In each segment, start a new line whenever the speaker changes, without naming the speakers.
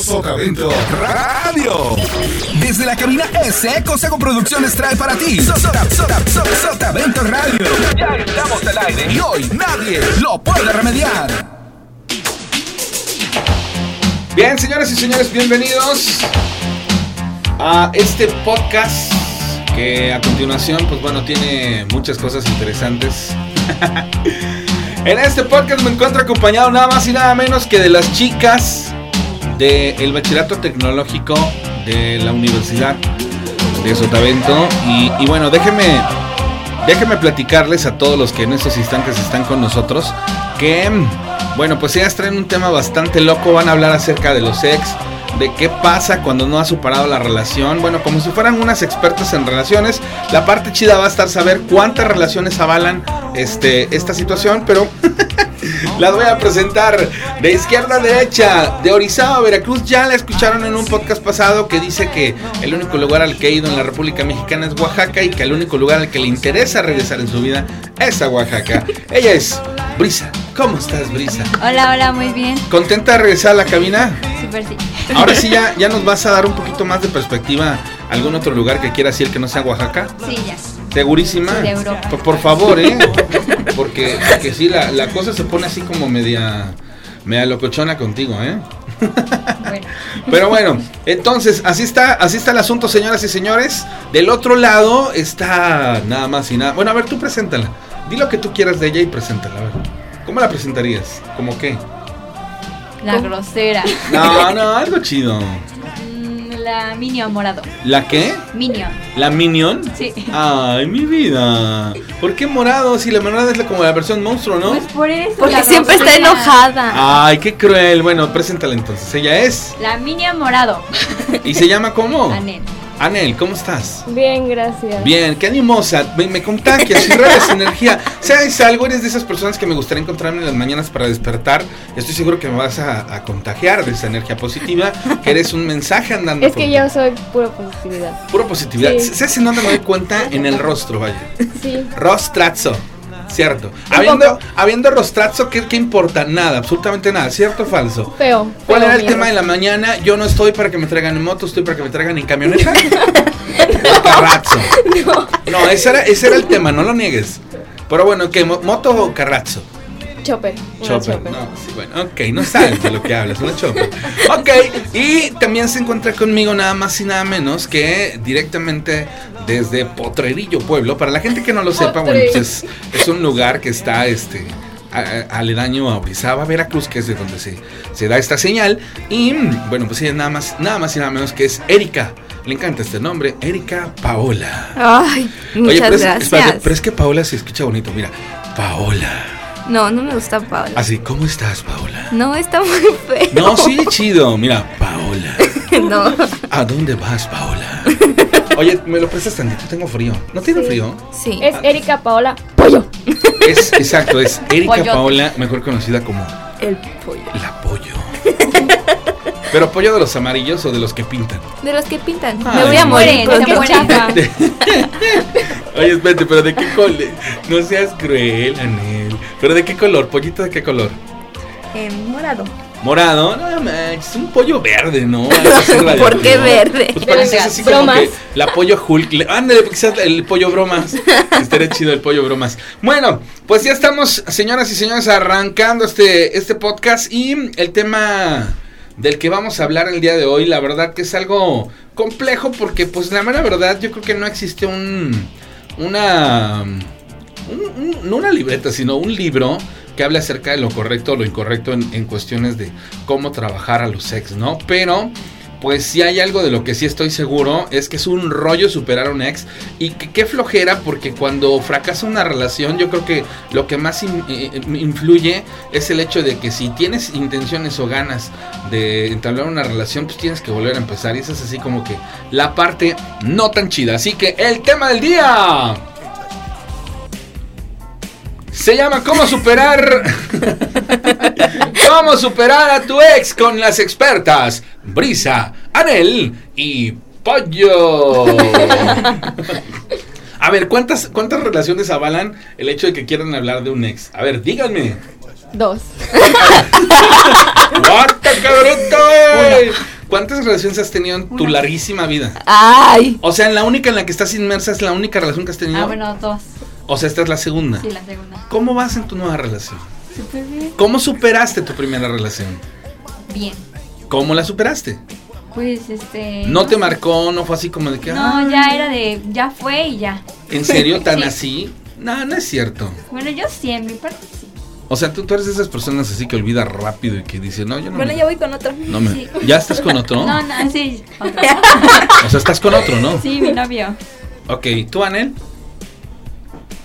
Sotavento Radio.
Desde la cabina S, Consejo Producciones trae para ti Sotavento Sotavento Radio. Ya estamos al aire y hoy nadie lo puede remediar.
Bien, señoras y señores, bienvenidos a este podcast que a continuación, pues bueno, tiene muchas cosas interesantes. en este podcast me encuentro acompañado nada más y nada menos que de las chicas del Bachillerato Tecnológico de la Universidad de Sotavento. Y, y bueno, déjenme, déjenme platicarles a todos los que en estos instantes están con nosotros que, bueno, pues ellas traen un tema bastante loco, van a hablar acerca de los ex de qué pasa cuando no ha superado la relación. Bueno, como si fueran unas expertas en relaciones, la parte chida va a estar saber cuántas relaciones avalan este, esta situación, pero las voy a presentar de izquierda a derecha, de Orizaba a Veracruz. Ya la escucharon en un podcast pasado que dice que el único lugar al que ha ido en la República Mexicana es Oaxaca y que el único lugar al que le interesa regresar en su vida es a Oaxaca. Ella es Brisa. ¿Cómo estás, Brisa?
Hola, hola, muy bien.
¿Contenta de regresar a la cabina?
Súper sí.
Ahora sí, ya, ya nos vas a dar un poquito más de perspectiva. ¿Algún otro lugar que quieras ir que no sea Oaxaca?
Sí, ya.
¿Segurísima?
De Europa.
Por, por favor, ¿eh? Porque, porque sí, la, la cosa se pone así como media, media locochona contigo, ¿eh?
Bueno.
Pero bueno, entonces, así está, así está el asunto, señoras y señores. Del otro lado está nada más y nada. Bueno, a ver, tú preséntala. Di lo que tú quieras de ella y preséntala, a ver. ¿Cómo la presentarías? ¿Cómo qué?
La grosera.
No, no, algo chido.
Mm, La Minion morado.
¿La qué?
Minion.
¿La Minion?
Sí.
Ay, mi vida. ¿Por qué morado? Si la morada es la- como la versión monstruo, ¿no?
Pues por eso.
Porque
la
siempre está
grosera.
enojada.
Ay, qué cruel. Bueno, preséntala entonces. Ella es.
La Minion morado. Ah,
¿Y se llama cómo?
Anel.
Anel, ¿cómo estás?
Bien, gracias.
Bien, qué animosa. Me, me contagias, irradias energía. ¿Sabes algo? Eres de esas personas que me gustaría encontrarme en las mañanas para despertar. Estoy seguro que me vas a, a contagiar de esa energía positiva. Que eres un mensaje andando.
Es
por
que
mí.
yo soy pura positividad.
Pura positividad.
Sí.
¿Sabes en dónde me doy cuenta? En el rostro, vaya.
Sí.
Rostrazo. Cierto. Habiendo, habiendo rostrazo, ¿qué, ¿qué importa? Nada, absolutamente nada. ¿Cierto o falso?
Feo.
¿Cuál
feo,
era el
miedo.
tema de la mañana? Yo no estoy para que me traigan en moto, estoy para que me traigan en camioneta. Carrazo. No, ese, era, ese era el tema, no lo niegues. Pero bueno, ¿qué? ¿Mo- ¿Moto o carrazo?
Chopper. una chopper.
No, sí, bueno, ok, no sabes de lo que hablas, una chopper. Ok, y también se encuentra conmigo nada más y nada menos que directamente desde Potrerillo Pueblo. Para la gente que no lo sepa, bueno, pues es, es un lugar que está este a- a- aledaño a Orizaba, Veracruz, que es de donde se, se da esta señal. Y mm, bueno, pues ella nada más, nada más y nada menos que es Erika. Le encanta este nombre, Erika Paola.
Ay,
Oye,
muchas
pero es- espérate,
gracias.
pero es que Paola se escucha bonito, mira. Paola.
No, no me gusta Paola.
Así, ¿cómo estás, Paola?
No, está muy feo.
No, sí, chido. Mira, Paola.
No.
¿A dónde vas, Paola? Oye, me lo prestas tantito, tengo frío. ¿No tiene
Sí.
frío?
Sí.
Es Erika Paola Pollo.
Es, exacto, es Erika
Pollote.
Paola, mejor conocida como
El pollo.
la pollo. Pero pollo de los amarillos o de los que pintan.
De los que pintan.
Ay,
me voy a
no.
Mueren,
morir. porque
se mueren.
chafa.
De- Oye, espérate, pero ¿de qué color? No seas cruel, Anel. ¿Pero de qué color? ¿Pollito de qué color?
Eh, morado.
Morado, no manches, un pollo verde, ¿no? Algo así
¿Por qué
radioactivo.
verde?
Pues parece
Venga,
así como
bromas.
que la pollo Hulk. le- Ándale, quizás el pollo bromas. Estaría chido el pollo bromas. Bueno, pues ya estamos, señoras y señores, arrancando este, este podcast. Y el tema del que vamos a hablar el día de hoy, la verdad que es algo complejo porque, pues, la mera verdad, yo creo que no existe un... una... un- un- no una libreta, sino un libro que hable acerca de lo correcto o lo incorrecto en, en cuestiones de cómo trabajar a los ex, ¿no? Pero, pues si hay algo de lo que sí estoy seguro, es que es un rollo superar a un ex. Y que- qué flojera, porque cuando fracasa una relación, yo creo que lo que más in- eh, eh, influye es el hecho de que si tienes intenciones o ganas de entablar una relación, pues tienes que volver a empezar. Y esa es así como que la parte no tan chida. Así que el tema del día. Se llama ¿Cómo superar? ¿Cómo superar a tu ex con las expertas? Brisa, Anel y Pollo. A ver, ¿cuántas, ¿cuántas relaciones avalan el hecho de que quieran hablar de un ex? A ver, díganme.
Dos.
¡Guata, cabroto! ¿Cuántas relaciones has tenido en tu
Una.
larguísima vida?
Ay.
O sea, en la única en la que estás inmersa es la única relación que has tenido.
Ah, bueno, dos.
O sea, esta es la segunda.
Sí, la segunda.
¿Cómo vas en tu nueva relación?
Súper bien.
¿Cómo superaste tu primera relación?
Bien.
¿Cómo la superaste?
Pues este.
¿No te
sé.
marcó? ¿No fue así como de que.?
No,
"Ay,
ya era de. Ya fue y ya.
¿En serio? ¿Tan
Sí.
así? No, no es cierto.
Bueno, yo sí, en mi parte sí.
O sea, tú, tú eres de esas personas así que olvida rápido y que dice, no, yo no.
Bueno,
me-
ya voy con otra.
no me-
Sí.
¿Ya estás con otro?
No, no, sí. otro.
O sea, estás con otro, ¿no?
Sí, mi novio.
Ok, ¿tú, Anel?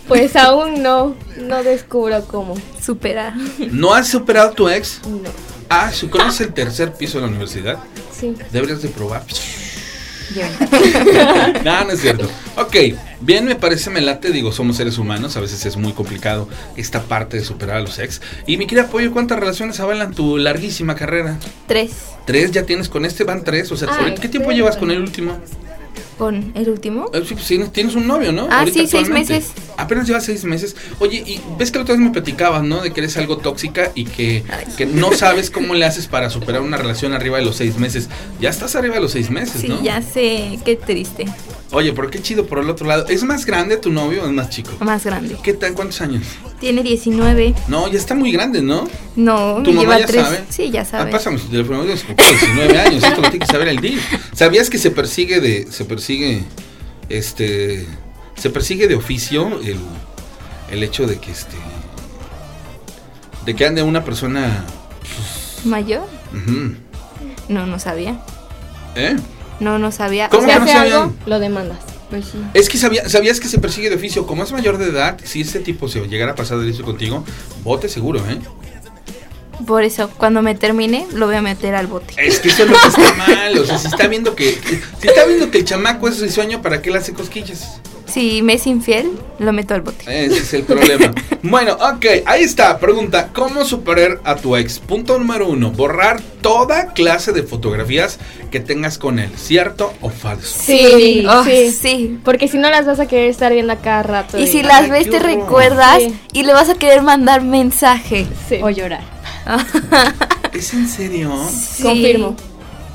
Pues aún no, no descubro cómo.
Supera.
¿No has superado a tu ex?
No.
Ah, si conoces el tercer piso de la universidad,
Sí.
deberías de probar.
Bien.
No, no es cierto. Ok, bien me parece, me late, digo, somos seres humanos, a veces es muy complicado esta parte de superar a los ex. Y mi querida Pollo, ¿cuántas relaciones avalan tu larguísima carrera?
Tres.
Tres ya tienes con este, van tres, o sea,
Ay,
Ah,
ahorita, ¿qué tiempo
espérate.
llevas con el último?
Con el último.
Eh, sí, pues, tienes- tienes un novio, ¿no?
Ah,
Ahorita
sí, seis
actualmente.
meses.
Apenas llevas seis meses. Oye, y ves que la otra vez me platicabas, ¿no? De que eres algo tóxica y que, que no sabes cómo le haces para superar una relación arriba de los seis meses. Ya estás arriba de los seis meses,
Sí,
¿no?
ya sé. Qué triste.
Oye, pero qué chido por el otro lado. ¿Es más grande tu novio o es más chico?
Más grande.
¿Qué tal? ¿Cuántos años?
Tiene 19.
No, ya está muy grande, ¿no?
No,
¿Tu
me
mamá
lleva
ya
tres.
sabe?
Sí, ya
Ah,
sabe.
pásame su teléfono, Dios, como 19 años, esto lo tiene que saber el DIF. ¿Sabías que se persigue de, se persigue, este, se persigue de oficio el, el hecho de que este, de que ande una persona,
¿Mayor?
ujú,
No, no sabía.
¿eh?
No, no sabía.
¿Cómo
O
Si
sea,
no
hace
sabían?
algo, lo demandas.
Pues sí.
Es que sabía- sabías que se persigue de oficio, como es mayor de edad, si este tipo se llegara a pasar de listo contigo, bote seguro, ¿eh?
por eso, cuando me termine, lo voy a meter al bote.
Es que eso es lo que está mal, o sea, si está viendo que, si está viendo que el chamaco es risueño, ¿para qué le hace cosquillas?
Si me es infiel, lo meto al bote.
Ese es el problema. bueno, ok, ahí está. Pregunta, ¿cómo superar a tu ex? Punto número uno, borrar toda clase de fotografías que tengas con él, ¿cierto o falso?
Sí,
Oh,
sí.
sí.
Porque si no las vas a querer estar viendo a cada rato.
Y si las
Ay,
ves,
qué
te
horror.
recuerdas
Sí.
y le vas a querer mandar mensaje.
Sí.
O llorar.
¿Es en serio?
Sí.
Confirmo.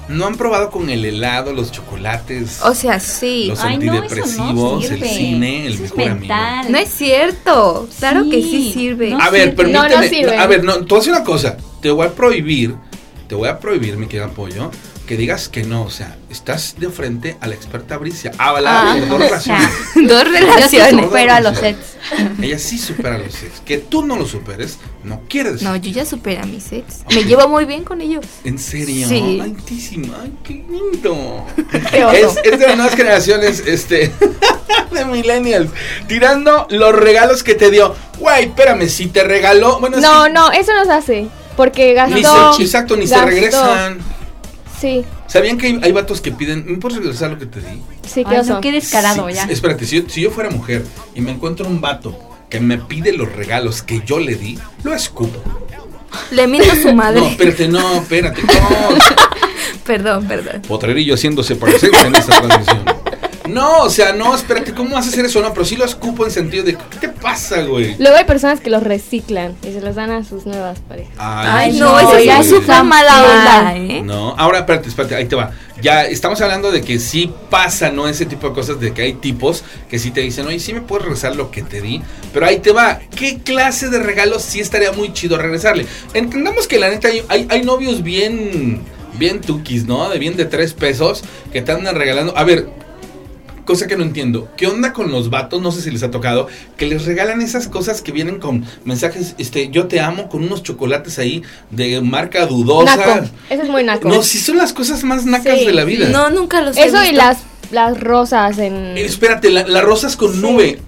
¿No han probado con el helado, los chocolates,
O sea, sí.
los
Ay, no, eso no
antidepresivos, el
sirve.
cine, el
Eso es
mejor amigo?
mental.
No es cierto. Claro que sí sirve.
No
A ver,
sirve.
permíteme.
No, no sirve.
A ver, no, tú haces una cosa. Te voy a prohibir, te voy a prohibir, mi querida Pollo, que digas que no. O sea, estás de frente a la experta Bricia, avalada
Ah,
por dos
o sea.
razones.
Dos
Yo sí
relaciones.
supero a los sets.
Ella sí supera los sex. Que tú no lo superes, no quiere decir.
No, yo ya superé a mis ex.
Ok.
Me llevo muy bien con ellos.
¿En serio?
Sí.
Ay, tísima, ay, qué lindo.
Qué oso.
Es, es de las nuevas generaciones, este, de millennials, tirando los regalos que te dio. Güey, espérame, si te regaló, bueno, es
No,
que
no, eso nos hace. Porque
ni
gastó.
se- exacto, ni se
gastó.
regresan.
Sí,
¿Sabían que hay, hay vatos que piden, ¿me puedes regresar lo que te di?
sí,
Ay,
qué
no,
oso.
qué descarado
Sí,
ya.
sí, Espérate, si yo, si yo fuera mujer y me encuentro un vato que me pide los regalos que yo le di, lo escupo.
Le miento a su madre.
No, espérate, no, espérate. No.
Perdón, perdón.
Potrerillo haciéndose presente en esta transmisión. No, o sea, no, espérate, ¿cómo vas a hacer eso? No, pero sí lo escupo en sentido de, ¿qué te pasa, güey?
Luego hay personas que los reciclan y se los dan a sus nuevas parejas.
Ay,
Ay,
no,
no,
eso
ya
ya es
sí.
súper mala onda,
Mal.
¿eh?
No, ahora espérate, espérate, ahí te va. Ya estamos hablando de que sí pasa, ¿no? Ese tipo de cosas, de que hay tipos que sí te dicen, oye, sí me puedes regresar lo que te di, pero ahí te va. ¿Qué clase de regalos sí estaría muy chido regresarle? Entendamos que la neta hay, hay- hay novios bien, bien tuquis, ¿no? De bien de tres pesos que te andan regalando. A ver. Cosa que no entiendo. ¿Qué onda con los vatos? No sé si les ha tocado. Que les regalan esas cosas que vienen con mensajes. Este, yo te amo con unos chocolates ahí de marca dudosa.
naco. Eso es muy naco.
No, si son las cosas más nacas
Sí,
de la vida.
No, nunca los he
eso y
visto.
las, las rosas en.
Eh, Espérate, la- las rosas con nube.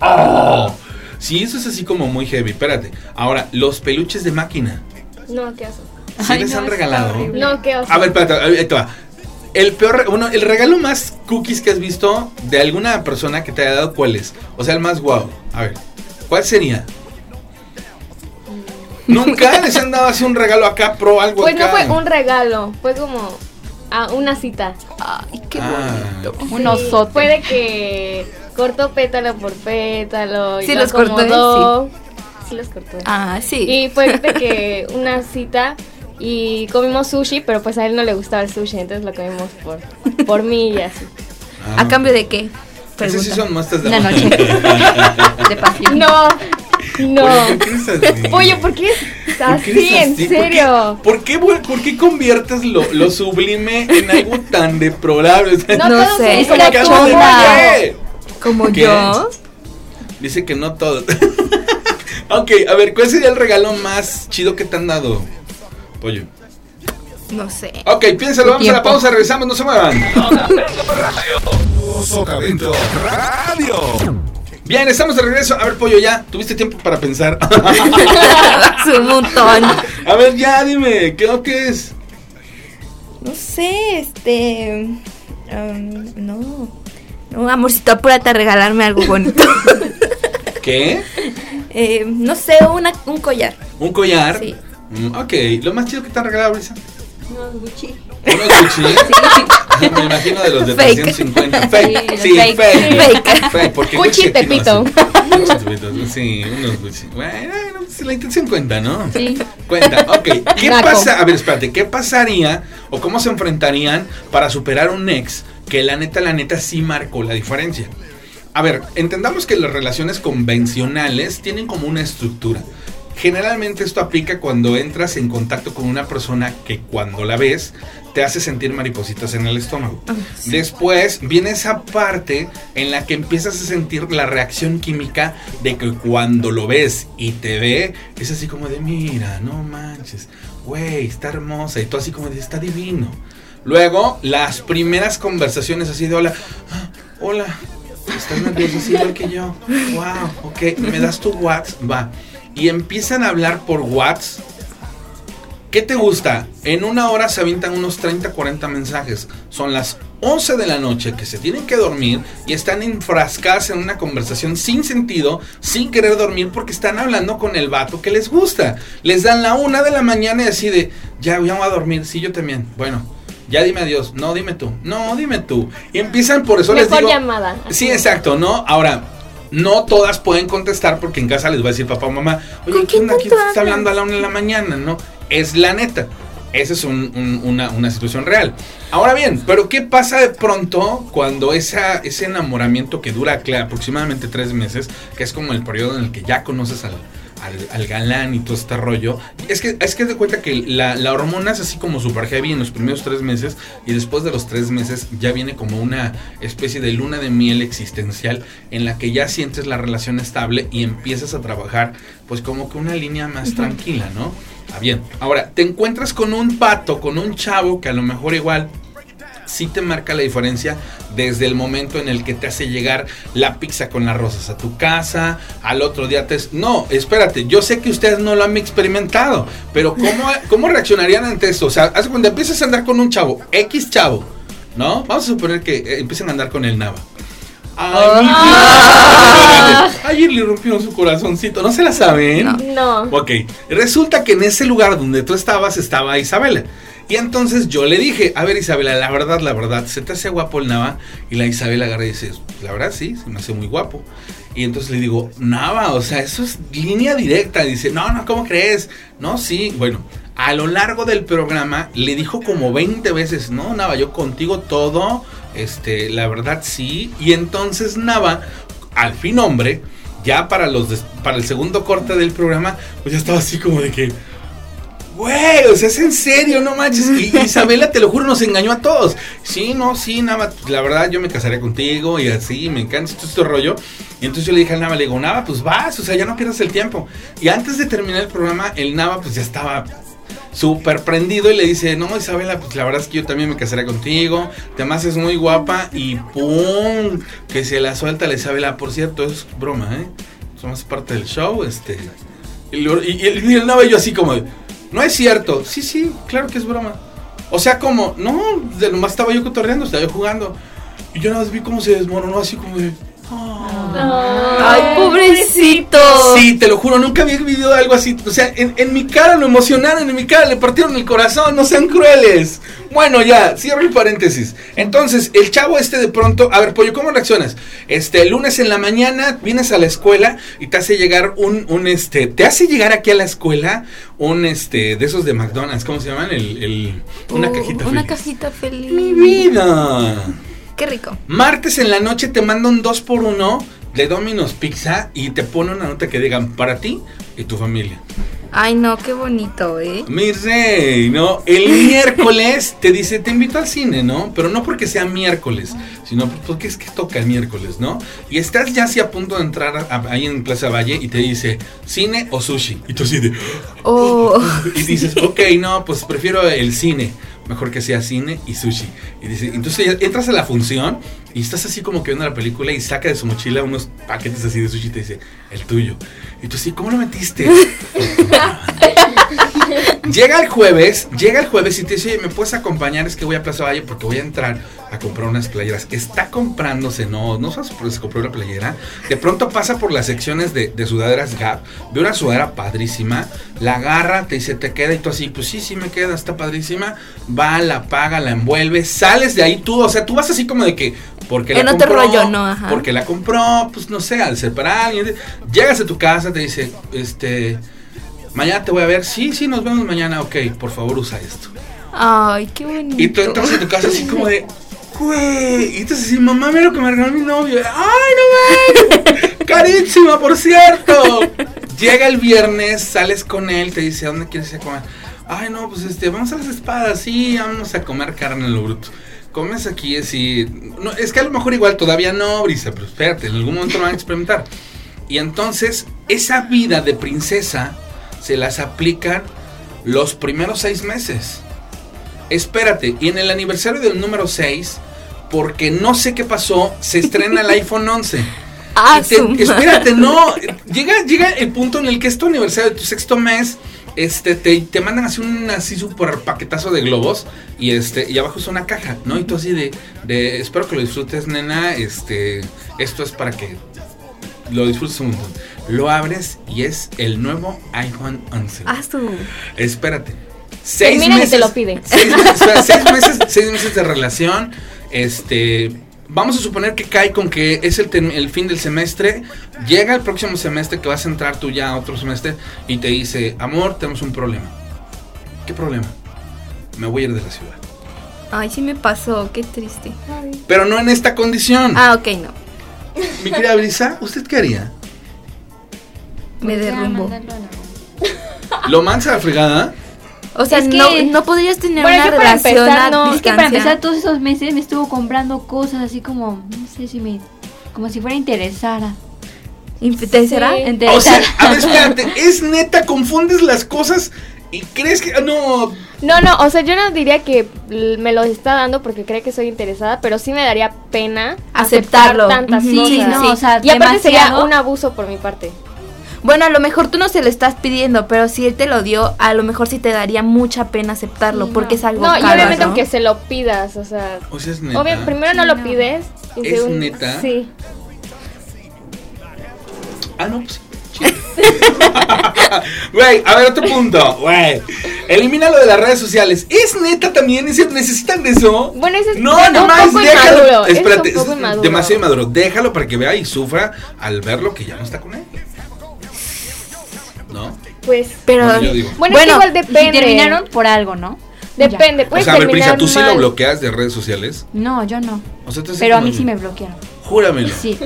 ¡Oh! Sí, eso es así como muy heavy. Espérate. Ahora, los peluches de máquina.
No, qué oso.
¿Sí
Ay,
les
no,
han
está
regalado?
horrible.
No, qué oso.
A ver, espérate, ahí- ahí te va. El peor, re- bueno, el regalo más cookies que has visto de alguna persona que te haya dado, ¿cuál es? O sea, el más guau. A ver, ¿cuál sería? Nunca les han dado así un regalo acá pro algo
Pues no
acá? Ah,
fue un regalo, fue como a una cita.
Ay, qué
Ah.
bonito.
Un
Sí,
osote.
Fue de que cortó pétalo por pétalo. Y
Sí,
lo
los cortó,
acomodó. Sí, los cortó.
Ah, sí.
Y fue de que una cita Y comimos sushi, pero pues a él no le gustaba el sushi, entonces lo comimos por, por mí y así.
Ah.
¿A cambio de qué?
Esas sí
Pregunta.
son muestras de
La
amor.
noche. De pasión.
No, no.
Oye, ¿por qué eres así?
Pollo, ¿por qué es
Este, ¿Por qué eres
así? ¿En
así? ¿Por qué-
serio?
¿Por qué, güey, por qué conviertes lo, lo sublime en algo tan deplorable? O sea,
No
todos
sé,
somos
es como
¿qué hago de
Chona.
como
valle?
Como
¿Qué?
yo.
Dice que no todo. ok, a ver, ¿cuál sería el regalo más chido que te han dado? Pollo.
No sé.
Ok, piénsalo, vamos a la
Tiempo.
pausa, regresamos, no se muevan.
Sotavento Radio.
Bien, estamos de regreso. A ver, Pollo, ya, tuviste tiempo para pensar.
Es un montón.
a ver, ya, dime, ¿qué lo que es?
No sé, este. um, no. No, amorcito, apúrate a regalarme algo bonito.
¿Qué?
Eh, no sé, una- un collar.
¿Un collar?
Sí.
Mm, ok, lo más chido que te han regalado, Brisa.
Unos Gucci.
Unos cuchillos. Me imagino de los de
Fake.
350.
Sí,
Fake. Sí,
fake.
fake.
Fake.
Fake, porque
Cuchi
Gucci aquí no
Pepito.
hace- Unos Pepitos, Sí, unos Gucci. Bueno, pues, la intención cuenta, ¿no?
Sí.
Cuenta, ok. ¿Qué
Naco.
pasa? A ver, espérate, ¿qué pasaría o cómo se enfrentarían para superar un ex que la neta, la neta sí marcó la diferencia? A ver, entendamos que las relaciones convencionales tienen como una estructura. Generalmente esto aplica cuando entras en contacto con una persona que cuando la ves te hace sentir maripositas en el estómago. Después viene esa parte en la que empiezas a sentir la reacción química de que cuando lo ves y te ve, es así como de, mira, no manches, güey, está hermosa. Y tú así como de, está divino. Luego, las primeras conversaciones así de, hola, ah, hola, estás nervioso así igual que yo. Wow, ok, me das tu WhatsApp, va. Y empiezan a hablar por WhatsApp. ¿Qué te gusta? En una hora se avientan unos 30, 40 mensajes. Son las 11 de la noche que se tienen que dormir y están enfrascadas en una conversación sin sentido, sin querer dormir porque están hablando con el vato que les gusta. Les dan la 1 de la mañana y así de, ya, ya me voy a dormir, sí, yo también. Bueno, ya dime adiós. No, dime tú. No, dime tú. Y empiezan, por eso les
Mejor
digo...
llamada.
Sí, exacto, ¿no? Ahora, no todas pueden contestar porque en casa les va a decir papá o mamá, oye,
¿Con
¿qué
quién
onda? ¿Quién
tanto
te está
hablas?
hablando a la una de la mañana? ¿No? Es la neta. Esa es un- un- una, una situación real. Ahora bien, ¿pero qué pasa de pronto cuando esa, ese enamoramiento que dura cla- aproximadamente tres meses, que es como el periodo en el que ya conoces al, al- al galán y todo este rollo? Es que es que te cuenta que la, la hormona es así como super heavy en los primeros tres meses y después de los tres meses ya viene como una especie de luna de miel existencial en la que ya sientes la relación estable y empiezas a trabajar pues como que una línea más tranquila, ¿no? Ah, bien, ahora te encuentras con un pato, con un chavo que a lo mejor igual sí te marca la diferencia desde el momento en el que te hace llegar la pizza con las rosas a tu casa, al otro día te... No, espérate, yo sé que ustedes no lo han experimentado, pero ¿cómo, cómo reaccionarían ante esto? O sea, haz de cuenta, empiezas a andar con un chavo, X chavo, ¿no? Vamos a suponer que eh, empiezan a andar con el Nava. Ay, mi Dios. Ayer le rompieron su corazoncito, ¿no se la saben?
No.
Ok, resulta que en ese lugar donde tú estabas estaba Isabela. Y entonces yo le dije, a ver Isabela, la verdad, la verdad, se te hace guapo el Nava. Y la Isabela agarra y dice, la verdad sí, se me hace muy guapo. Y entonces le digo, Nava, o sea, eso es línea directa. Y dice, no, no, ¿cómo crees? No, sí, bueno. A lo largo del programa le dijo como 20 veces, no, Nava, yo contigo todo, este, la verdad sí. Y entonces Nava, al fin hombre, ya para los des- para el segundo corte del programa, pues ya estaba así como de que Güey, o sea, es en serio, no manches. Y Isabela, te lo juro, nos engañó a todos. Sí, no, sí, nada más. pues, la verdad, yo me casaré contigo y así, me encanta todo este rollo. Y entonces yo le dije al Nava, le digo, Nava, pues vas, o sea, ya no pierdas el tiempo. Y antes de terminar el programa, el Nava, pues ya estaba súper prendido y le dice, no, Isabela, pues la verdad es que yo también me casaré contigo, te me haces muy guapa y ¡pum! Que se la suelta la Isabela, por cierto, es broma, ¿eh? Somos parte del show, este... Y, lo- y- y el, y el nave yo así como, de, no es cierto, sí, sí, claro que es broma. O sea, como, no, de lo más estaba yo cotorreando, estaba yo jugando. Y yo nada más vi cómo se desmoronó así como de... "Ah".
Ay, pobrecito.
Sí, te lo juro, nunca había vivido algo así. O sea, en, en mi cara lo emocionaron, en mi cara le partieron el corazón, no sean crueles. Bueno, ya, cierro el paréntesis. Entonces, el chavo este de pronto, a ver, Pollo, ¿cómo reaccionas? Este, el lunes en la mañana vienes a la escuela y te hace llegar un, un este, te hace llegar aquí a la escuela un, este, de esos de McDonald's, ¿cómo se llaman? El, el- una
Uh,
cajita.
Una
feliz.
cajita feliz.
Mi vida.
Qué rico.
Martes en la noche te manda un 2 por 1 de Domino's Pizza y te pone una nota que digan para ti y tu familia.
Ay, no, qué bonito, ¿eh?
Mi rey, ¿no? El miércoles te dice, te invito al cine, ¿no? Pero no porque sea miércoles, sino porque es que toca el miércoles, ¿no? Y estás ya así a punto de entrar a- ahí en Plaza Valle y te dice, cine o sushi. Y tú así de,
Oh,
y dices, ok, no, pues prefiero el cine. Mejor que sea cine y sushi. Y dice, entonces ya entras a la función y estás así como que viendo la película y saca de su mochila unos paquetes así de sushi y te dice, el tuyo. Y tú así, ¿cómo lo metiste? llega el jueves, llega el jueves y te dice, oye, ¿me puedes acompañar? Es que voy a Plaza Valle porque voy a entrar a comprar unas playeras. Está comprándose, no, no sabes por qué se compró la playera. De pronto pasa por las secciones de, de sudaderas Gap, ve una sudadera padrísima, la agarra, te dice, te queda y tú así, pues sí, sí me queda, está padrísima. Va, la paga, la envuelve, sales de ahí tú, o sea, tú vas así como de que, porque
En
la
otro
compró,
rollo, ¿no? Ajá.
Porque la compró, pues no sé, al separar, alguien, llegas a tu casa, te dice, este... Mañana te voy a ver. Sí, sí, nos vemos mañana. Ok, por favor, usa esto.
ay, qué bonito.
Y tú entras a tu casa así como de, güey. Y entonces así, mamá, mira lo que me regaló mi novio. ¡Ay, no mames! ¡Carísima, por cierto! Llega el viernes, sales con él, te dice, ¿a dónde quieres ir a comer? Ay, no, pues este, vamos a las espadas. Sí, vamos a comer carne en lo bruto. Comes aquí, así. No, es que a lo mejor igual todavía no, Brisa, pero espérate, en algún momento lo van a experimentar. Y entonces, esa vida de princesa se las aplican los primeros seis meses. Espérate, y en el aniversario del número 6, porque no sé qué pasó, se estrena el iPhone 11.
Ah,
Y te-
su madre.
espérate, no. Llega, llega el punto en el que es tu aniversario de tu sexto mes. Este, te, te mandan así un así super paquetazo de globos y este y abajo es una caja, ¿no? Y tú así de, de espero que lo disfrutes, nena. Este, esto es para que lo disfrutes un montón. Lo abres y es el nuevo iPhone 11.
Ah, su.
Espérate. Seis
Termina que
meses,
te lo pide.
Seis meses, espera, seis meses, seis meses de relación. Este. Vamos a suponer que cae con que es el, tem- el fin del semestre. Llega el próximo semestre que vas a entrar tú ya a otro semestre y te dice, amor, tenemos un problema. ¿Qué problema? Me voy a ir de la ciudad.
Ay, sí me pasó, qué triste.
Pero no en esta condición.
Ah, ok, no.
Mi querida Brisa, ¿usted qué haría?
Pues
Me derrumbó.
¿Lo mansa la fregada?
O sea,
Es que-
no, no podrías tener
Bueno,
una
es que para
relación
empezar,
a
no,
distancia.
Es que para empezar todos esos meses me estuvo comprando cosas así como, no sé si me, como si fuera interesada.
Inf- ¿Te será?
Sí.
Interesada.
O sea, a ver, espérate, es neta, confundes las cosas y crees que. No,
No, no, o sea, yo no diría que l- me lo está dando porque cree que soy interesada, pero sí me daría pena
Aceptarlo.
aceptar tantas
Ujú. Sí,
cosas.
no,
o sea,
y aparte sería
demasiado.
un abuso por mi parte.
Bueno, a lo mejor tú no se lo estás pidiendo, pero si él te lo dio, a lo mejor sí te daría mucha pena aceptarlo,
Sí,
porque
no.
es algo
No, y
caro,
obviamente
¿no?
aunque se lo pidas, o sea,
o sea, es neta.
obvio, primero no
Sí,
lo
no.
pides. y
¿Es
segundo-
neta?
Sí.
Ah, no, pues. chido. Güey, a ver, otro punto. Güey, elimina lo de las redes sociales. ¿Es neta también? ¿Es cierto? ¿Necesitan de eso?
Bueno, eso es
no,
un
no más,
poco
déjalo.
inmaduro, es
Espérate,
un poco
es
inmaduro.
demasiado inmaduro. Déjalo para que vea y sufra al ver lo que ya no está con él. ¿No?
Pues.
Pero,
Bueno, yo digo.
Bueno, es que igual
Y
depende.
si terminaron por algo, ¿no?
Depende,
O
puedes
sea, a ver,
terminar
Prisa, ¿tú sí
mal.
lo bloqueas de redes sociales?
Ya. No, yo no.
O sea, tú sí
Pero a
como-
mí sí me bloquearon.
Júramelo.
Sí,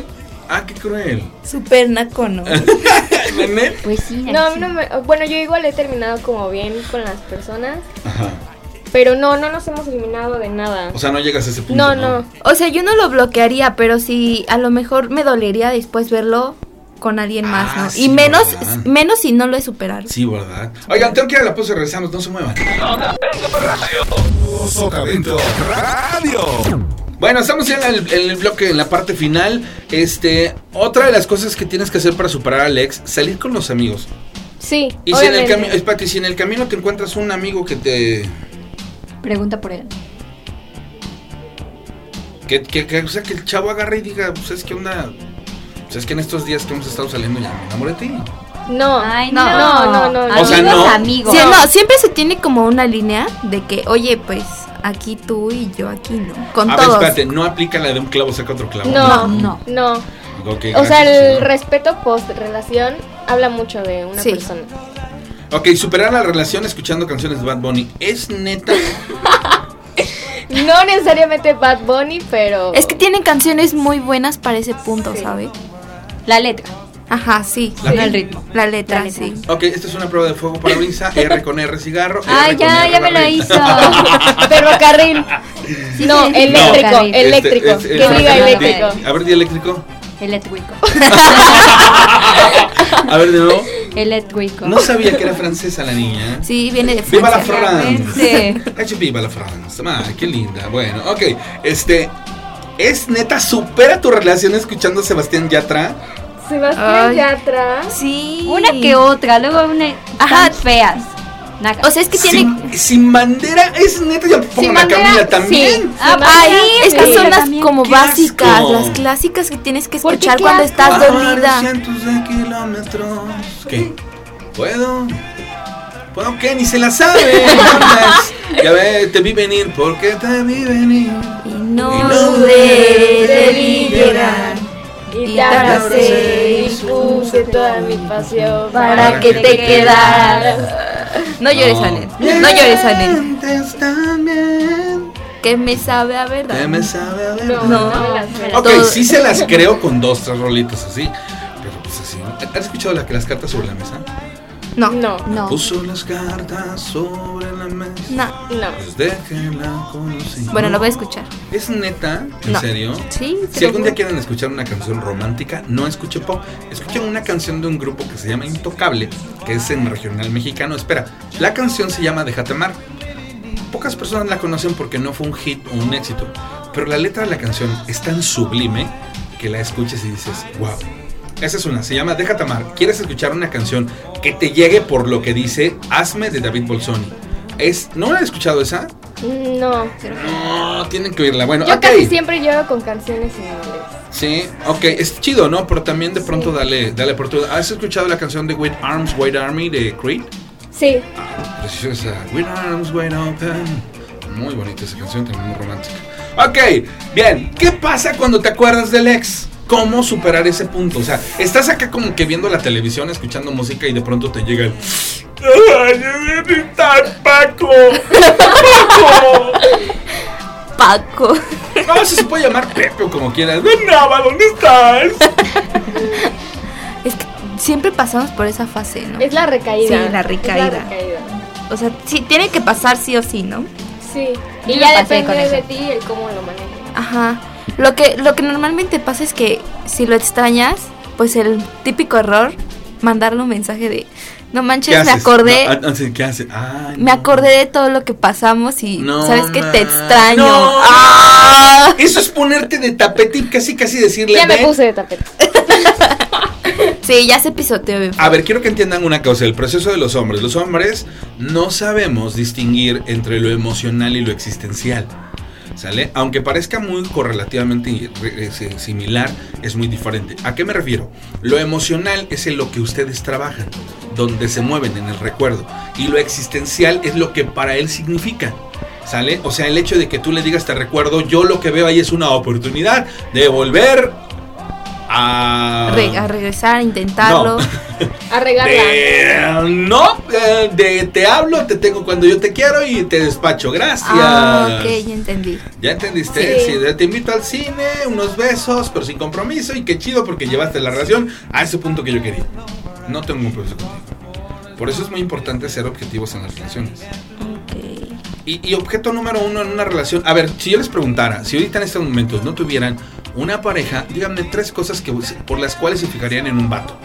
Ah, qué cruel.
Súper naco, ¿no?
¿La neta?
pues sí.
No, a mí
sí.
no me- bueno, yo igual he terminado como bien con las personas,
Ajá.
pero no, no nos hemos eliminado de nada.
O sea, no llegas a ese punto.
no, no,
O sea, yo no lo bloquearía, pero sí, a lo mejor me dolería después verlo con alguien más,
Ah,
¿no?
sí,
y menos,
¿verdad?
menos si no lo he superado.
Sí, ¿verdad? Oigan, tengo que ir a la pausa y regresamos. No se muevan.
Sotavento Radio.
Bueno, estamos ya en el, en el bloque, en la parte final. Este, otra de las cosas que tienes que hacer para superar al ex, salir con los amigos.
sí,
Y si en, el
obviamente.
camino, espérate, si en el camino te encuentras un amigo que te.
Pregunta por él.
"Pues, Que, que, que- o sea, que el chavo agarre y diga, ¿sabes qué onda? O sea, pues, es que en estos días que hemos estado saliendo ya me enamoré de ti.
No,
Ay,
no,
no.
no, no, no, no.
Amigos,
O sea, no.
amigos.
Sí, no, siempre se tiene como una línea de que, oye, pues aquí tú y yo aquí no. Con
a ver,
todos.
espérate, no aplica la de un clavo saca otro clavo.
No,
No.
no.
Ok,
O sea,
gracias,
el
señor.
respeto post-relación habla mucho de una
Sí.
persona.
Ok, superar la relación escuchando canciones de Bad Bunny. Es neta.
No necesariamente Bad Bunny, pero...
Es que tienen canciones muy buenas para ese punto,
Sí.
¿sabes?
La letra,
Ajá, sí.
La-
no el ritmo.
La letra,
La letra.
sí.
ok, esta es una prueba de fuego para Brisa. R con R cigarro. R
Ay,
con
ya,
R
ya me la
barrita.
hizo.
Ferrocarril.
Sí,
No,
sí, sí,
eléctrico,
ferrocarril.
Este,
eléctrico.
es- es-
que diga
ferrocarril.
eléctrico.
A ver, di eléctrico.
Eléctrico.
A ver, de nuevo.
Eléctrico.
No sabía que era francesa la niña. ¿eh?
Sí, viene de
¡Viva la
Francia.
France!
Exactamente.
Ay, ¡Viva la France! ¡Ay, qué linda! Bueno, ok. Este. Es neta, supera tu relación escuchando a Sebastián Yatra.
Sebastián
Ay.
Yatra.
Sí.
Una que otra, luego una.
Ajá.
Ajá. feas. Naca.
O sea, es que tiene.
Sin, sin bandera, es neta, yo pongo
Sin
la
bandera,
Camila también.
Ah,
Sí.
Ahí
Sí.
estas son las
También,
como
qué
básicas,
asco.
las clásicas que tienes que
¿Por qué
escuchar
qué
cuando
asco?
estás dolida.
400 de kilómetros. ¿Qué? ¿Puedo? ¿Puedo qué? Ni se la sabe. mames. ya ve, te vi venir. ¿Por qué te vi venir?
Y no,
Y no
debes de
debes
mí
de
llorar
Y
te
te
abracé
abracé y puse toda mi pasión
para que te quedaras. No llores,
No.
Anel. No llores, Anel.
Mientes también.
Que me sabe a verdad.
Ya me sabe a ver.
No,
No.
no, me las sé.
Ok,
Todo-
sí se las creo con dos, tres rolitas así. Pero pues así. ¿no? ¿Has escuchado la, las cartas sobre la mesa?
No. No.
No,
No.
Puso las cartas sobre la mesa.
no.
Pues déjenla conocer.
Bueno, lo voy a escuchar.
¿Es neta? ¿En
No.
serio?
Sí, se
Si
lo
algún
juro.
día quieren escuchar una canción romántica, no escuchen pop. Escuchen una canción de un grupo que se llama Intocable, que es en regional mexicano. Espera, la canción se llama Déjate amar. Pocas personas la conocen porque no fue un hit o un éxito, pero la letra de la canción es tan sublime que la escuches y dices, wow. Esa es una, se llama Déjate amar. ¿Quieres escuchar una canción que te llegue por lo que dice Hazme de David Bolsoni? Es, ¿No la he escuchado esa?
No.
No, tienen que oírla. Bueno,
Yo
ok.
casi siempre lloro con canciones en inglés.
Sí, ok, es chido, ¿no? Pero también de pronto dale, dale oportunidad. ¿Has escuchado la canción de With Arms, Wide Army de Creed?
Sí,
Preciosa. With Arms, Wide Open. Muy bonita esa canción, también muy romántica. Ok, bien. ¿Qué pasa cuando te acuerdas del ex? ¿Cómo superar ese punto? O sea, estás acá como que viendo la televisión, escuchando música y de pronto te llega el... ¡Ay, me Paco! ¡Paco!
Paco.
No, si se puede llamar Pepe o como quieras. ¡De Nava, ¿dónde estás?
Es que siempre pasamos por esa fase, ¿no?
es la recaída.
Sí, la
Es
recaída.
recaída.
O sea, sí, tiene que pasar sí o sí, ¿no?
Sí.
Yo
Y
la
ya
pasé con
depende
eso.
de ti el cómo lo manejas.
Ajá. Lo que, lo que normalmente pasa es que si lo extrañas, pues el típico error, mandarle un mensaje de, no manches, me
haces?
acordé,
No, ah, sí, ¿Qué hace? Ay,
me
no.
acordé de todo lo que pasamos y
No
sabes que
ma-
te extraño.
No.
¡Ah!
Eso es ponerte de tapete y casi casi decirle.
Ya me
"Ven".
puse de tapete.
Sí, ya se pisoteó bien.
A ver, quiero que entiendan una cosa, el proceso de los hombres. Los hombres no sabemos distinguir entre lo emocional y lo existencial. ¿Sale? Aunque parezca muy correlativamente i- re- eh, si- similar, es muy diferente. ¿A qué me refiero? Lo emocional es en lo que ustedes trabajan, donde se mueven en el recuerdo. Y lo existencial es lo que para él significa. ¿Sale? O sea, el hecho de que tú le digas te recuerdo, yo lo que veo ahí es una oportunidad de volver a...
Re- a regresar, a intentarlo.
A regarla.
De- no, eh, de te hablo, te tengo cuando yo te quiero y te despacho. Gracias.
Ah, ok, ya entendí.
Ya entendiste,
Sí.
Sí, te invito al cine, unos besos, pero sin compromiso y qué chido porque llevaste la relación a ese punto que yo quería. No tengo un compromiso contigo. Por eso es muy importante ser objetivos en las relaciones.
Ok.
Y, y objeto número uno en una relación. A ver, si yo les preguntara, si ahorita en estos momentos no tuvieran una pareja, díganme tres cosas que por las cuales se fijarían en un vato.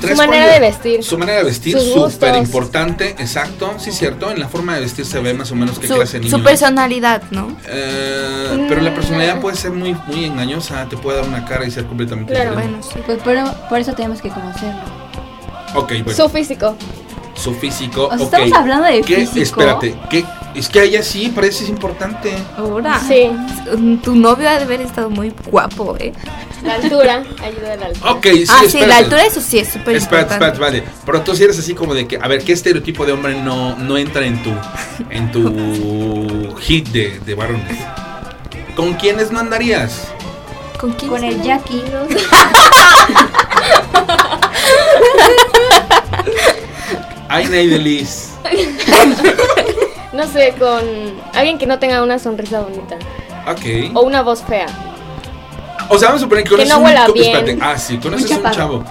Tres
manera
cuales-
de vestir.
Su manera de vestir,
Sus gustos.
súper importante, exacto, sí, cierto. En la forma de vestir se ve más o menos qué clase de
Su,
niño.
su
es.
personalidad, ¿no?
Eh, pero la personalidad puede ser muy, muy engañosa, te puede dar una cara y ser completamente
Claro,
diferente.
Bueno, sí.
Pues por, por eso tenemos que conocerlo.
Ok, bueno,
Su físico.
su físico,
O sea,
ok.
estamos hablando de
¿Qué,
físico.
espérate, ¿qué, Es que a ella sí, para ella es importante.
Ahora.
Sí,
Tu novio ha de haber estado muy guapo, ¿eh?
la altura, ayuda a la altura.
Ok, sí,
ah, sí,
espérate.
la altura, eso sí es súper
Espérate,
importante.
espérate, vale. Pero tú sí eres así como de que, a ver, ¿qué estereotipo de hombre no, no entra en tu en tu hit de, de varones? ¿Con quiénes no andarías?
¿Con quién?
Con el
se-
Jackie.
Ay, Neidelis.
No sé, con alguien que no tenga una sonrisa bonita
Ok.
o una voz fea.
O sea, vamos a suponer que
Que
conoces
no
un
huela
co-
bien.
espérate. Ah, sí, conoces un
Muy chaparro.
chavo.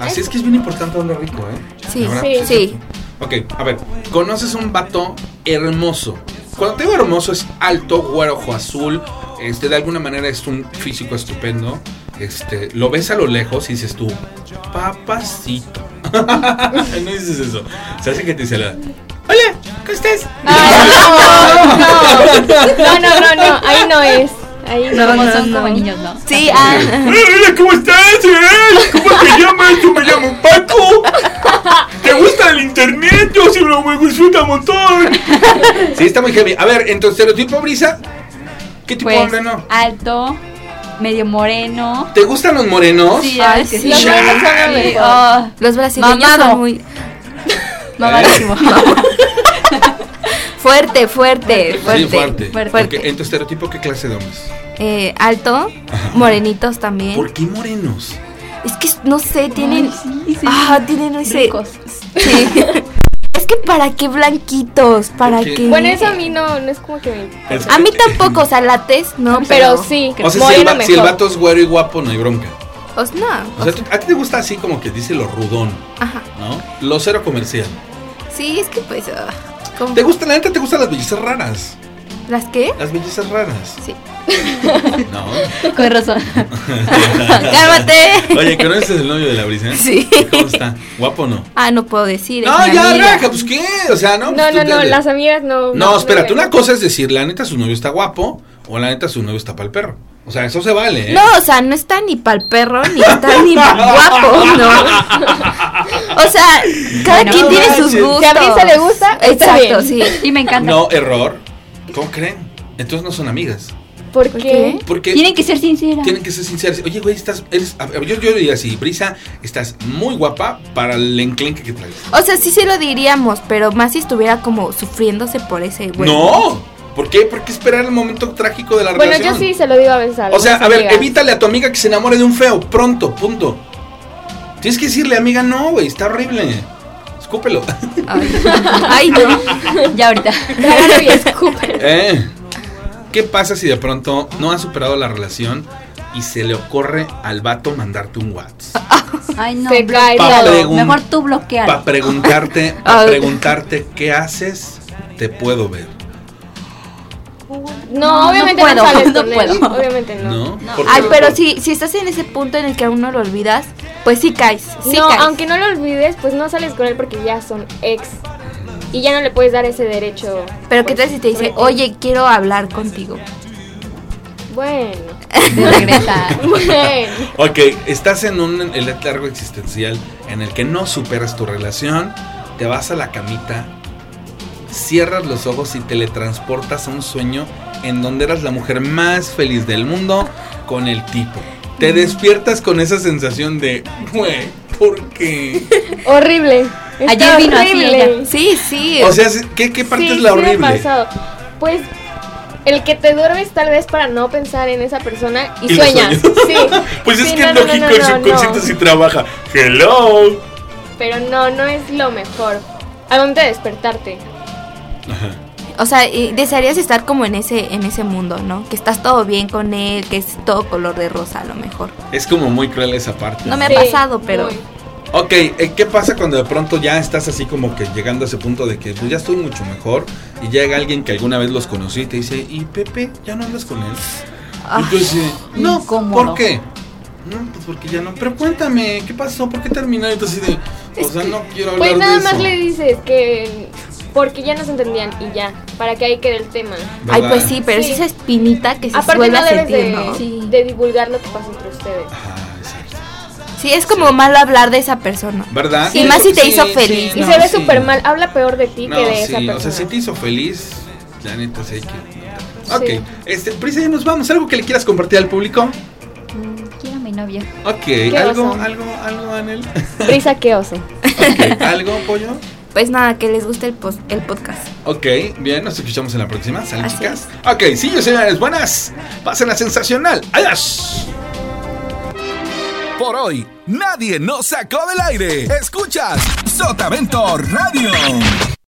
Así es que es bien importante hablar rico, ¿eh?
Sí,
La verdad,
sí.
pues, es
Sí.
cierto. Ok, a ver, conoces un vato hermoso. Cuando te digo hermoso es alto, güero, ojo azul. Este, de alguna manera es un físico estupendo. Este, lo ves a lo lejos y dices tú, papacito. no dices eso. Se hace que te dice la. Hola, ¿cómo estás?
Ay, no, no, no, no, no, ahí no es. Ahí no,
Como
no,
son
no.
como niños, ¿no?
Sí, ah,
Hola, ¿cómo estás? eh? ¿Cómo te llamas? Yo me llamo Paco. ¿Te gusta el internet? Yo sí lo me gusta un montón. Sí, está muy heavy. A ver, entonces, estereotipo brisa. ¿Qué tipo de
Pues
hombre no?
alto, medio moreno.
¿Te gustan los morenos?
Sí,
Ay,
es que
sí.
sí.
Los morenos son los
Sí,
mejores.
oh,
los brasileños
Mamado.
son muy
mamadísimo.
Eh,
fuerte, fuerte, fuerte.
Sí, fuerte.
fuerte.
Ok, ¿En tu estereotipo qué clase de hombres?
Eh, alto, morenitos también.
¿Por qué morenos?
Es que no sé, tienen.
Ay, sí, sí.
Ah, tienen ese.
Ricos.
Sí. es que para qué blanquitos, para
Porque-
qué.
Bueno, eso a mí no, no es como que me...
Es-
A mí tampoco, o sea, la tez, no, pero.
Pero sí,
O sea, si el,
moreno
va- si el
mejor.
vato es güero y guapo, no hay bronca.
O sea, no.
O sea, tú- a ti te gusta así como que dice lo rudón,
Ajá.
¿no? Lo cero comercial.
Sí, es que pues. ah, ¿cómo?
¿Te gusta, la neta, te gustan las bellezas raras?
¿Las qué?
Las bellezas raras.
Sí.
No.
Con razón.
¡Cálmate!
Oye, ¿conoces el novio de la brisa?
Sí.
¿Cómo está? ¿Guapo o no?
Ah, no puedo decir. es
No,
mi
ya,
amiga.
raja, pues qué. O sea, no.
No,
pues,
no,
tú
no,
te-
las amigas no...
No, espérate,
no.
una cosa es decir, la neta su novio está guapo o la neta su novio está para el perro. O sea, eso se vale, ¿eh?
No, o sea, no está ni pa'l perro, ni está ni pa'l guapo, no. O sea, cada
No
quien tiene sus
manches.
gustos.
Si a Brisa le gusta, está
Exacto,
bien.
sí.
Y me encanta.
No, error. ¿Cómo creen? Entonces no son amigas.
¿Por
¿Por
qué?
Porque
Tienen que ser sinceras.
tienen que ser sinceras. Oye, güey, estás. Eres, a ver, yo, yo diría así, Brisa, estás muy guapa para el enclenque que traes.
O sea, sí se lo diríamos, pero más si estuviera como sufriéndose por ese güey.
¡No! ¿Por qué? ¿Por qué esperar el momento trágico de la
Bueno,
relación?
yo sí se lo digo a veces a
O sea,
algunas
a ver,
amigas.
evítale a tu amiga que se enamore de un feo, pronto, punto. Tienes que decirle, amiga, no, güey, está horrible. Escúpelo.
Ay, ay, no.
Ya ahorita.
Claro, y escupe.
Eh, ¿Qué pasa si de pronto no has superado la relación y se le ocurre al vato mandarte un WhatsApp?
Ay, no.
Se
bro.
cae
Pa'
todo.
pregun-
Mejor tú bloquear.
Para preguntarte, pa'
Ay.
preguntarte qué haces, te puedo ver.
No,
no
obviamente no,
puedo,
sales
no
con
puedo.
él. Obviamente no.
¿No? ¿Por
Ay,
qué?
pero si, si estás en ese punto en el que aún no lo olvidas, pues sí caes. Sí
no,
caes.
aunque no lo olvides, pues no sales con él porque ya son ex. Y ya no le puedes dar ese derecho.
Pero qué
pues,
tal si te dice,
sobre ti.
oye, quiero hablar contigo.
Bueno,
De regresa.
bueno.
Ok, estás en un el largo existencial en el que no superas tu relación, te vas a la camita, cierras los ojos y teletransportas a un sueño en donde eras la mujer más feliz del mundo con el tipo. Te
Mm.
despiertas con esa sensación de, güey, ¿por qué?
Horrible. Está
Ayer vino así
horrible.
ella.
Sí, sí.
O sea, ¿qué, qué parte
Sí,
es la
sí me ha
horrible?
pasado. Pues el que te duermes tal vez para no pensar en esa persona y,
Y lo
sueñas.
sueñas.
Sí.
pues es
Sí,
que
no,
es
no, no,
lógico,
no,
el
no,
subconsciente
no.
sí trabaja. Hello.
Pero no, no es lo mejor. Al momento de despertarte.
O sea, y desearías estar como en ese, en ese mundo, ¿no? Que estás todo bien con él, que es todo color de rosa a lo mejor.
Es como muy cruel esa parte.
No me ha
Sí,
pasado, pero.
muy.
Ok, eh, ¿qué pasa cuando de pronto ya estás así como que llegando a ese punto de que pues, ya estoy mucho mejor y llega alguien que alguna vez los conocí y te dice, ¿y Pepe? ¿Ya no hablas con él?
Ah.
y tú dices, no,
Incómodo.
¿por qué? No, pues porque ya no. Pero cuéntame, ¿qué pasó? ¿Por qué terminaron? Entonces, así de, o sea, no quiero hablar
Pues nada
de eso.
más le dices que porque ya no se entendían y ya, para que ahí quede el tema.
Ay,
¿Verdad?
pues sí, pero es
Sí.
esa espinita que se
Aparte
vuelve
no
a
debes
sentir,
de,
¿no? Sí.
Sí.
de divulgar lo que pasa entre ustedes.
Ajá, exacto.
es como malo hablar de esa persona.
¿Verdad?
Y más si te hizo feliz.
Y
no,
se ve
sí.
súper mal, habla peor de ti
No,
que de
sí,
esa persona.
o sea, si te hizo feliz, La neta, sí hay que. Ok, este, Prisa, ya nos vamos. ¿Algo que le quieras compartir al público?
Mm, Quiero a mi novio.
Ok, ¿algo,
oso.
algo, algo, Anel?
Prisa, qué oso.
Ok, ¿algo, pollo?
Pues nada, que les guste el, pos- el podcast.
Ok, bien, nos escuchamos en la próxima. ¿Sale,
Así
chicas? Ok, sí, yo señores, buenas. Pásenla sensacional. Adiós.
Por Eh, hoy, nadie nos sacó del aire. Escuchas Sotavento Radio.